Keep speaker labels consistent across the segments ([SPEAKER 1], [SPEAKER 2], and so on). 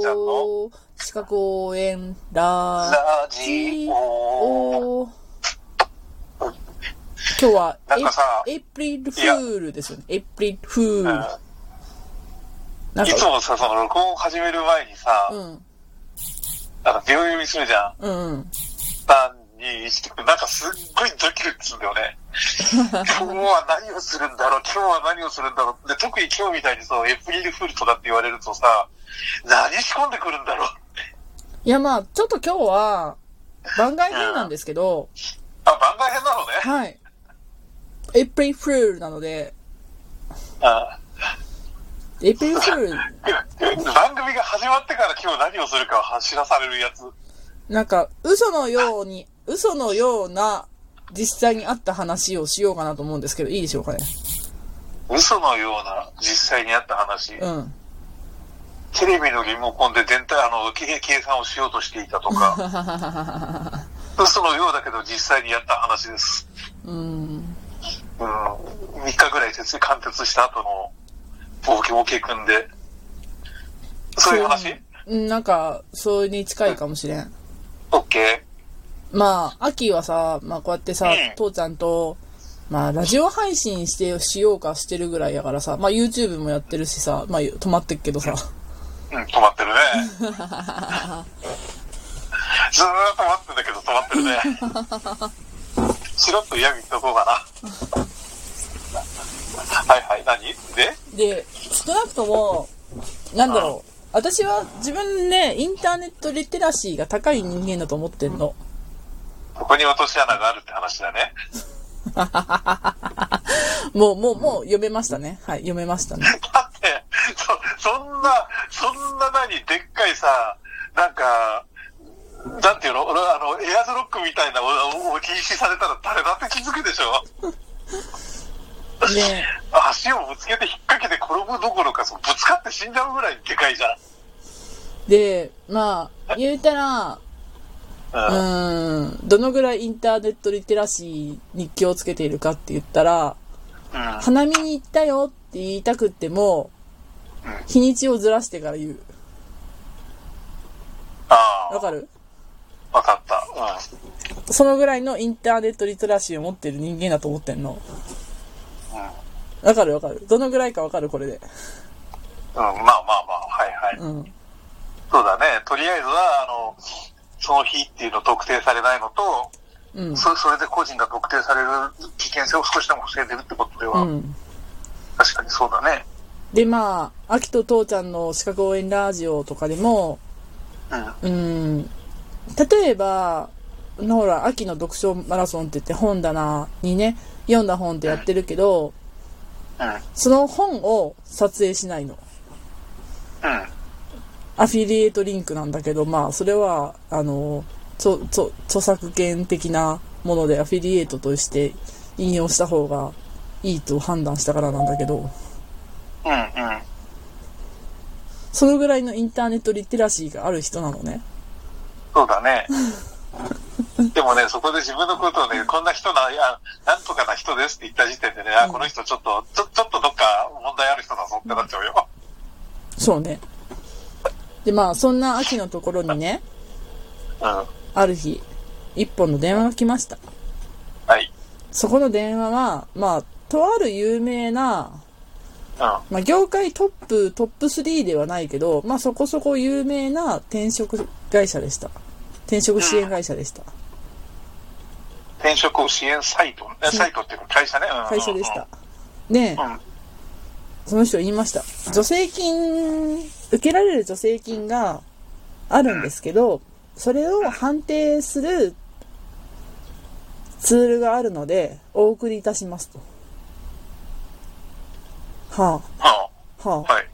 [SPEAKER 1] ちゃんの
[SPEAKER 2] 地下公園ラ
[SPEAKER 1] ラジ
[SPEAKER 2] ジ
[SPEAKER 1] オ。
[SPEAKER 2] オ。今日は
[SPEAKER 1] なんかさ
[SPEAKER 2] エイプリルフールですよね。エイプリルフール。
[SPEAKER 1] うん
[SPEAKER 2] なん
[SPEAKER 1] いつ
[SPEAKER 2] か、
[SPEAKER 1] もさ、その録音を始める前にさ
[SPEAKER 2] う、ん。
[SPEAKER 1] なんか秒読みするじゃん。
[SPEAKER 2] うんうん。
[SPEAKER 1] 単になんかすっごいドキドキするんだよ ね。今日は何をするんだろう今日は何をするんだろうで、特に今日みたいにそう、エプリルフールとかって言われるとさ、何仕込んでくるんだろう
[SPEAKER 2] いやまあ、ちょっと今日は番外編なんですけど、
[SPEAKER 1] あ、番外編なのね。
[SPEAKER 2] はい。エイプリルフールなので、
[SPEAKER 1] あ
[SPEAKER 2] エイプリルフール、
[SPEAKER 1] 番組が始まってから今日何をするかを知らされるやつ。
[SPEAKER 2] なんか、嘘のように、嘘のような、実際にあった話をしようかなと思うんですけど、いいでしょうかね。
[SPEAKER 1] 嘘のような実際にあった話。
[SPEAKER 2] うん。
[SPEAKER 1] テレビのリモコンで全体、あの、計計算をしようとしていたと か、嘘のようだけど実際にやった話です。
[SPEAKER 2] うん。
[SPEAKER 1] うん、3日ぐらい徹夜貫徹した後の、ボケボケくんで、そういう話
[SPEAKER 2] うん、なんか、それに近いかもしれん。
[SPEAKER 1] オッケ
[SPEAKER 2] まあ、秋はさ、まあこうやってさ
[SPEAKER 1] うん、
[SPEAKER 2] 父ちゃんと、まあ、ラジオ配信して、しようかしてるぐらいやからさ、まあ、YouTube もやってるしさ、まあ、止まってっけどさ。
[SPEAKER 1] ー。うん、止ま ってるね。ずーっと待ってんだけど止まってるね。 しろっと嫌味言っとこうかな。はいはい、何で
[SPEAKER 2] で、少なくとも、なんだろう。私は自分ね、インターネットリテラシーが高い人間だと思ってんの。
[SPEAKER 1] ここに落とし穴があるって話だね。
[SPEAKER 2] もう、もう、もう読めましたね。はい、読めましたね。
[SPEAKER 1] だって、 そ、そんな、そんな何、でっかいさ、なんか、なんていうの俺はあの、エアーズロックみたいなお、お、お禁止されたら誰だって気づくでしょ
[SPEAKER 2] ね
[SPEAKER 1] 足をぶつけて引っ掛けて転ぶどころか、そうぶつかって死んじゃうぐらいでかいじゃん。
[SPEAKER 2] で、まあ、言うたら、う
[SPEAKER 1] うん。
[SPEAKER 2] ーん、どのぐらいインターネットリテラシーに気をつけているかって言ったら、
[SPEAKER 1] うん。
[SPEAKER 2] 花見に行ったよって言いたくっても、日にちをずらしてから言う。
[SPEAKER 1] ああ
[SPEAKER 2] わ、かる
[SPEAKER 1] わかった。うん。
[SPEAKER 2] そのぐらいのインターネットリテラシーを持ってる人間だと思ってんの。わかるわかる。どのぐらいかわかるこれで。
[SPEAKER 1] うん、まあまあまあ、はいはい。
[SPEAKER 2] うん。
[SPEAKER 1] そうだね。とりあえずは、あの、その日っていうの特定されないのと、
[SPEAKER 2] うん。
[SPEAKER 1] そそれで個人が特定される危険性を少しでも防いでるってことでは、
[SPEAKER 2] うん。
[SPEAKER 1] 確かにそうだね。
[SPEAKER 2] で、まあ、秋と父ちゃんの四角応援ラジオとかでも、
[SPEAKER 1] うん。
[SPEAKER 2] うーん例えばのほら秋の読書マラソンって言って本棚にね読んだ本ってやってるけど
[SPEAKER 1] うん。
[SPEAKER 2] その本を撮影しないの
[SPEAKER 1] うん。
[SPEAKER 2] アフィリエイトリンクなんだけどまあそれはあの著著著作権的なものでアフィリエイトとして引用した方がいいと判断したからなんだけど
[SPEAKER 1] うん。うん。
[SPEAKER 2] そのぐらいのインターネットリテラシーがある人なのね
[SPEAKER 1] そう だね。でもね、そこで自分のことをね、こんな人な、いや、なんとかな人ですって言った時点でね、あ、この人ちょっと、ちょ、ちょっとどっか問題ある人だぞってなっちゃうよ。
[SPEAKER 2] そうねでまあそんな秋のところにね
[SPEAKER 1] うん。
[SPEAKER 2] ある日、一本の電話が来ました。
[SPEAKER 1] はい。
[SPEAKER 2] そこの電話は、まあ、とある有名な、
[SPEAKER 1] うん。
[SPEAKER 2] まあ、業界トップ、トップ3ではないけど、まあ、そこそこ有名な転職会社でした。転職支援会社でした。
[SPEAKER 1] 転職を支援サイト、えサイトっていうか会社ね。うん
[SPEAKER 2] 会社でした。。で
[SPEAKER 1] う、ん。うん
[SPEAKER 2] その人言いました。助成金、受けられる助成金があるんですけど、それを判定するツールがあるので、お送りいたしますと。は
[SPEAKER 1] は
[SPEAKER 2] あ、はあ。
[SPEAKER 1] はい。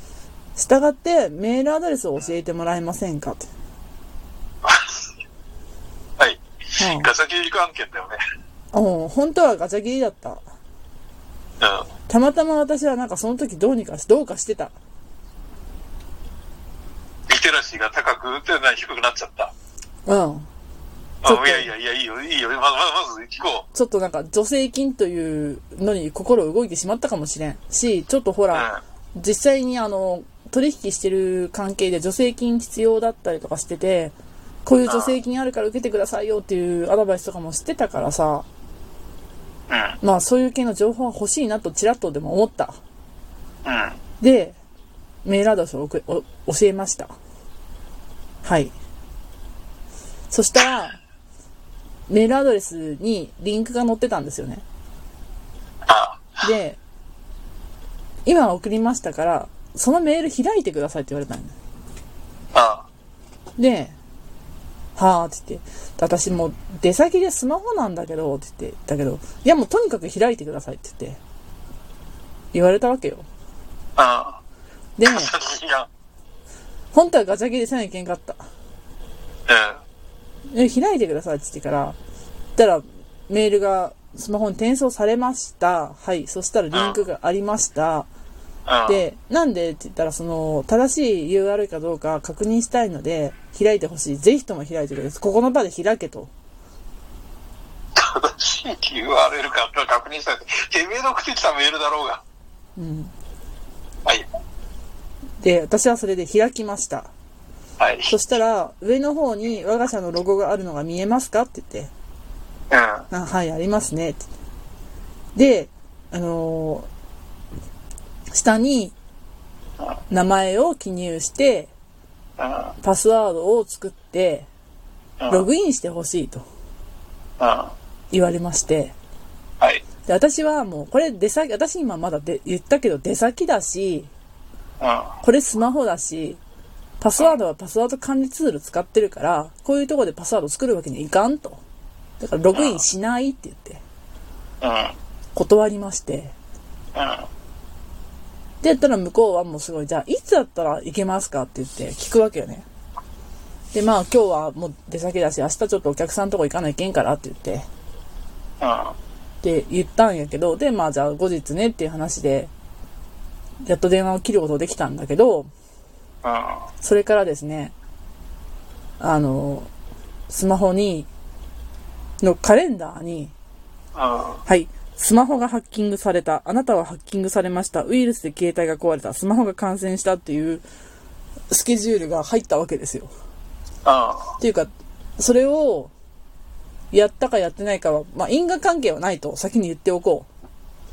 [SPEAKER 2] したがって、メールアドレスを教えてもらえませんかと。
[SPEAKER 1] はい。
[SPEAKER 2] は
[SPEAKER 1] ガチャ切り案件だよね。
[SPEAKER 2] あ、うん本当はガチャ切りだった。
[SPEAKER 1] う
[SPEAKER 2] たまたま私はなんかその時どうにかし、どうかしてた。
[SPEAKER 1] ん。リテラシーが高く、ってな低くなっちゃった。
[SPEAKER 2] うん。ちょっ
[SPEAKER 1] あ
[SPEAKER 2] と
[SPEAKER 1] いやいやいや、いいよ、いいよ。まず、まず、まず、聞こ
[SPEAKER 2] ちょっとなんか助成金というのに心動いてしまったかもしれんし、ちょっとほら、実際にあの、取引してる関係で助成金必要だったりとかしてて、こういう助成金あるから受けてくださいよっていうアドバイスとかもしてたからさ、
[SPEAKER 1] うん、
[SPEAKER 2] まあそういう系の情報が欲しいなとちらっとでも思った。
[SPEAKER 1] うん。
[SPEAKER 2] で、メールアドレスを送お教えました。はい。そしたら、メールアドレスにリンクが載ってたんですよね。
[SPEAKER 1] あ、
[SPEAKER 2] で、今送りましたから、そのメール開いてくださいって言われたん
[SPEAKER 1] あ、
[SPEAKER 2] で、はあって言って、私もう出先でスマホなんだけど、って言って、だけど、いやもうとにかく開いてくださいって言って、言われたわけよ。
[SPEAKER 1] あ、
[SPEAKER 2] で、
[SPEAKER 1] いや、
[SPEAKER 2] 本当はガチャ切れせないけんかった。
[SPEAKER 1] う
[SPEAKER 2] で開いてくださいって言ってから、たらメールがスマホに転送されました。はい。そしたらリンクがありました。
[SPEAKER 1] ん、うん。
[SPEAKER 2] で、なんでって言ったら、その、正しい URL かどうか確認したいので、開いてほしい。ぜひとも開いてください。ここの場で開けと。
[SPEAKER 1] 正しい URL か確認したいって、てめえの送ってきたメールだろうが。
[SPEAKER 2] うん。
[SPEAKER 1] はい。
[SPEAKER 2] で、私はそれで開きました。
[SPEAKER 1] はい。
[SPEAKER 2] そしたら、上の方に我が社のロゴがあるのが見えますかって言って、
[SPEAKER 1] うん。
[SPEAKER 2] あはい、ありますね。ってで、あのー下に名前を記入して、
[SPEAKER 1] うん。
[SPEAKER 2] パスワードを作って、
[SPEAKER 1] うん
[SPEAKER 2] ログインしてほしいと
[SPEAKER 1] うん。は
[SPEAKER 2] 言われまして、
[SPEAKER 1] い。
[SPEAKER 2] で、私はもう、これ出先、私今まだで言ったけど出先だし、
[SPEAKER 1] うん。
[SPEAKER 2] これスマホだし、パスワードはパスワード管理ツール使ってるから、こういうとこでパスワード作るわけにはいかんと。だからログインしないって言って、
[SPEAKER 1] うん。
[SPEAKER 2] 断りまして。
[SPEAKER 1] うん。
[SPEAKER 2] で、やったら向こうはもうすごい、じゃあいつだったら行けますかって言って聞くわけよね。で、まあ今日はもう出先だし、明日ちょっとお客さんとこ行かないけんからって言って、
[SPEAKER 1] うん。
[SPEAKER 2] って言ったんやけど、で、まあじゃあ後日ねっていう話で、やっと電話を切ることできたんだけど、
[SPEAKER 1] うん。
[SPEAKER 2] それからですね、あの、スマホに、のカレンダーに、
[SPEAKER 1] うん。
[SPEAKER 2] はい、スマホがハッキングされた、あなたはハッキングされました、ウイルスで携帯が壊れた、スマホが感染したっていうスケジュールが入ったわけですよ。
[SPEAKER 1] う
[SPEAKER 2] っていうか、それを、やったかやってないかは、まあ、因果関係はないと先に言っておこ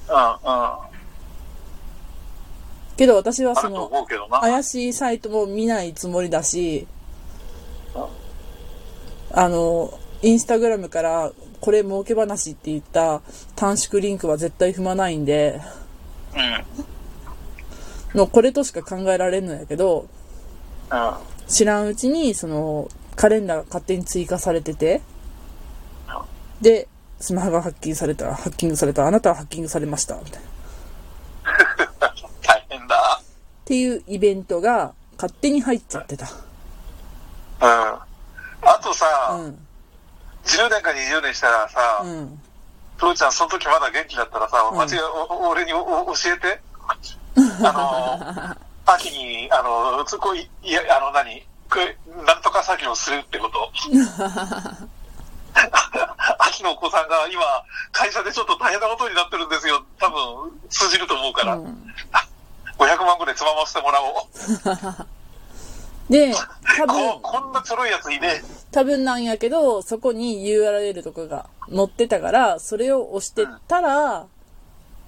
[SPEAKER 2] う。
[SPEAKER 1] ん。うん。
[SPEAKER 2] けど私は
[SPEAKER 1] あ
[SPEAKER 2] そ
[SPEAKER 1] ると
[SPEAKER 2] の、
[SPEAKER 1] 思うけどな。
[SPEAKER 2] 怪しいサイトも見ないつもりだし、あの、インスタグラムから、これ儲け話って言った短縮リンクは絶対踏まないんで、
[SPEAKER 1] うん。うん。
[SPEAKER 2] のこれとしか考えられんのやけど、知らんうちに、その、カレンダーが勝手に追加されてて、で、スマホがハッキングされた、ハッキングされた、あなたはハッキングされました、みたいな。っ
[SPEAKER 1] 大変だ。
[SPEAKER 2] ていうイベントが勝手に入っちゃってた。
[SPEAKER 1] うん。あと
[SPEAKER 2] う
[SPEAKER 1] さ、
[SPEAKER 2] ん。
[SPEAKER 1] 10年か20年したら
[SPEAKER 2] う
[SPEAKER 1] さ、
[SPEAKER 2] ん。
[SPEAKER 1] 父ちゃんその時まだ元気だったらさ、間違い、お俺におお教 えて。あの、秋に、あの、そこい、いや、あの何、これなんとか作業するっ てこと。秋のお子さんが今、会社でちょっと大変なことになってるんですよ。多分、通じると思うから。
[SPEAKER 2] うん
[SPEAKER 1] 500万ぐらいつまませてもらおう。
[SPEAKER 2] で、多
[SPEAKER 1] こ
[SPEAKER 2] 分、
[SPEAKER 1] こんなちょろいやついね
[SPEAKER 2] 多分なんやけど、そこに URL とかが載ってたから、それを押してたら、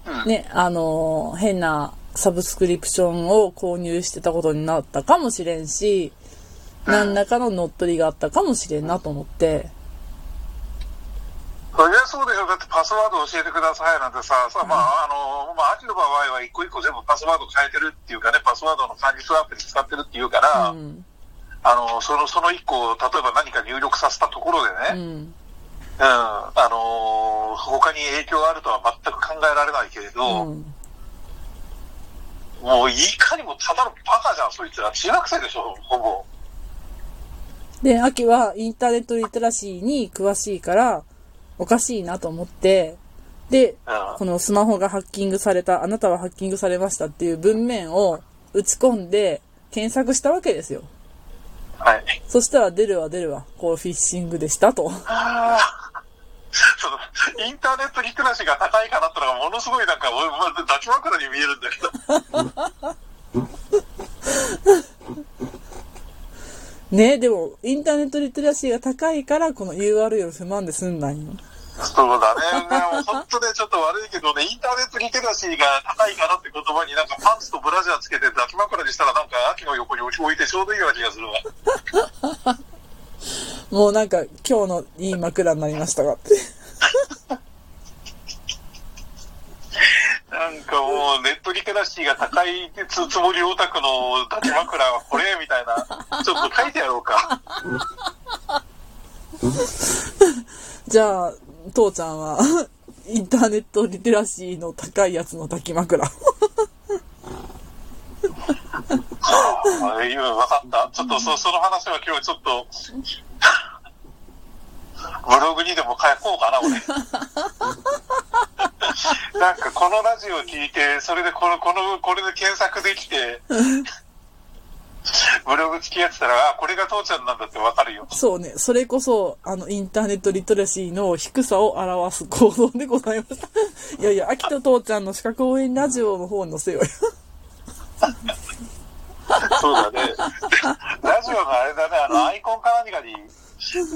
[SPEAKER 1] うん
[SPEAKER 2] ね、あのー変なサブスクリプションを購入してたことになったかもしれんし、何らかの乗っ取りがあったかもしれんなと思って、
[SPEAKER 1] そりゃそうでしょ。だってパスワード教えてくださいなんてさ、さ、まあ、あの、まあ、秋の場合は一個一個全部パスワード変えてるっていうかね、パスワードの管理ツールアプリ使ってるっていうから、
[SPEAKER 2] うん、
[SPEAKER 1] あの、その、その一個を例えば何か入力させたところで
[SPEAKER 2] う
[SPEAKER 1] ね、
[SPEAKER 2] ん、
[SPEAKER 1] うん、あの、他に影響あるとは全く考えられないけれ
[SPEAKER 2] う
[SPEAKER 1] ど、
[SPEAKER 2] ん。
[SPEAKER 1] もういかにもただのバカじゃん、そいつら。中学生でしょ、ほぼ。
[SPEAKER 2] で、秋はインターネットリテラシーに詳しいから、おかしいなと思って、で、
[SPEAKER 1] うん
[SPEAKER 2] このスマホがハッキングされた、あなたはハッキングされましたっていう文面を打ち込んで検索したわけですよ。
[SPEAKER 1] はい。
[SPEAKER 2] そしたら出るわ出るわ、こうフィッシングでしたと。
[SPEAKER 1] ああ、その、インターネットリテラシーが高いかなってのがものすごいなんか、俺、ま抱き枕に見えるんだけど。
[SPEAKER 2] ねでも、インターネットリテラシーが高いから、この URL を踏まんで済んだんよ。
[SPEAKER 1] そうだね。でも本当ね、ちょっと悪いけどね、インターネットリテラシーが高いかなって言葉になんかパンツとブラジャーつけて抱き枕にしたらなんか秋の横に置いてちょうどいいような気がするわ。
[SPEAKER 2] もうなんか、今日のいい枕になりましたがって。
[SPEAKER 1] なんかもうネットリテラシーが高いつつもりオタクの抱き枕はこれみたいな。ちょっと書いてやろうか。
[SPEAKER 2] じゃあ、父ちゃんは、 インターネットリテラシーの高いやつの抱き枕を。
[SPEAKER 1] あいわかった。ちょっとそその話は今日ちょっと、 ブログにでも書こうかな、俺。 なんかこのラジオ聞いて、それでこの、この、これで検索でき て、ブログ付き合ってたら、あ、これが父ちゃんなんだってわかるよ。
[SPEAKER 2] そうね、それこそ、あの、インターネットリテラシーの低さを表す行動でございま した。いやいや、秋と父ちゃんの資格応援ラジオの方に載せようよ。
[SPEAKER 1] そうだね。 ラジオのあれだね、あの、アイコンか何かに、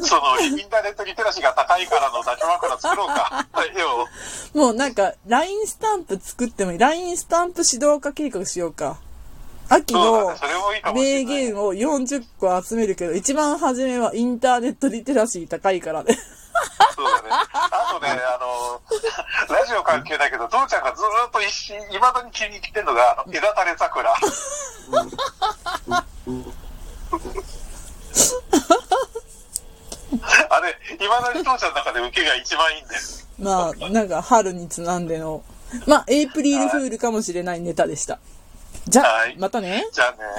[SPEAKER 1] その、インターネットリテラシーが高いからの抱き枕作ろう か。絵を。
[SPEAKER 2] もうなんか、LINE スタンプ作ってもいい。LINE スタンプ指導化計画しようか。秋
[SPEAKER 1] そうだ
[SPEAKER 2] の
[SPEAKER 1] ね、それもいいかもしれ
[SPEAKER 2] 名
[SPEAKER 1] ない。
[SPEAKER 2] 言を40個集めるけど、一番初めはインターネットリテラシー高いから ね。
[SPEAKER 1] そうだね。あとね、あの、ラジオ関係だけど、父ちゃんがずーっと一心、未だに気に来てるのが、あの枝垂れ桜。あれ、未だに父ちゃんの中で受けが一番いいんだよ。
[SPEAKER 2] まあ、なんか春にちなんでの、まあ、エイプリルフールかもしれないネタでした。じゃあ
[SPEAKER 1] はい、
[SPEAKER 2] またね。
[SPEAKER 1] じゃあね。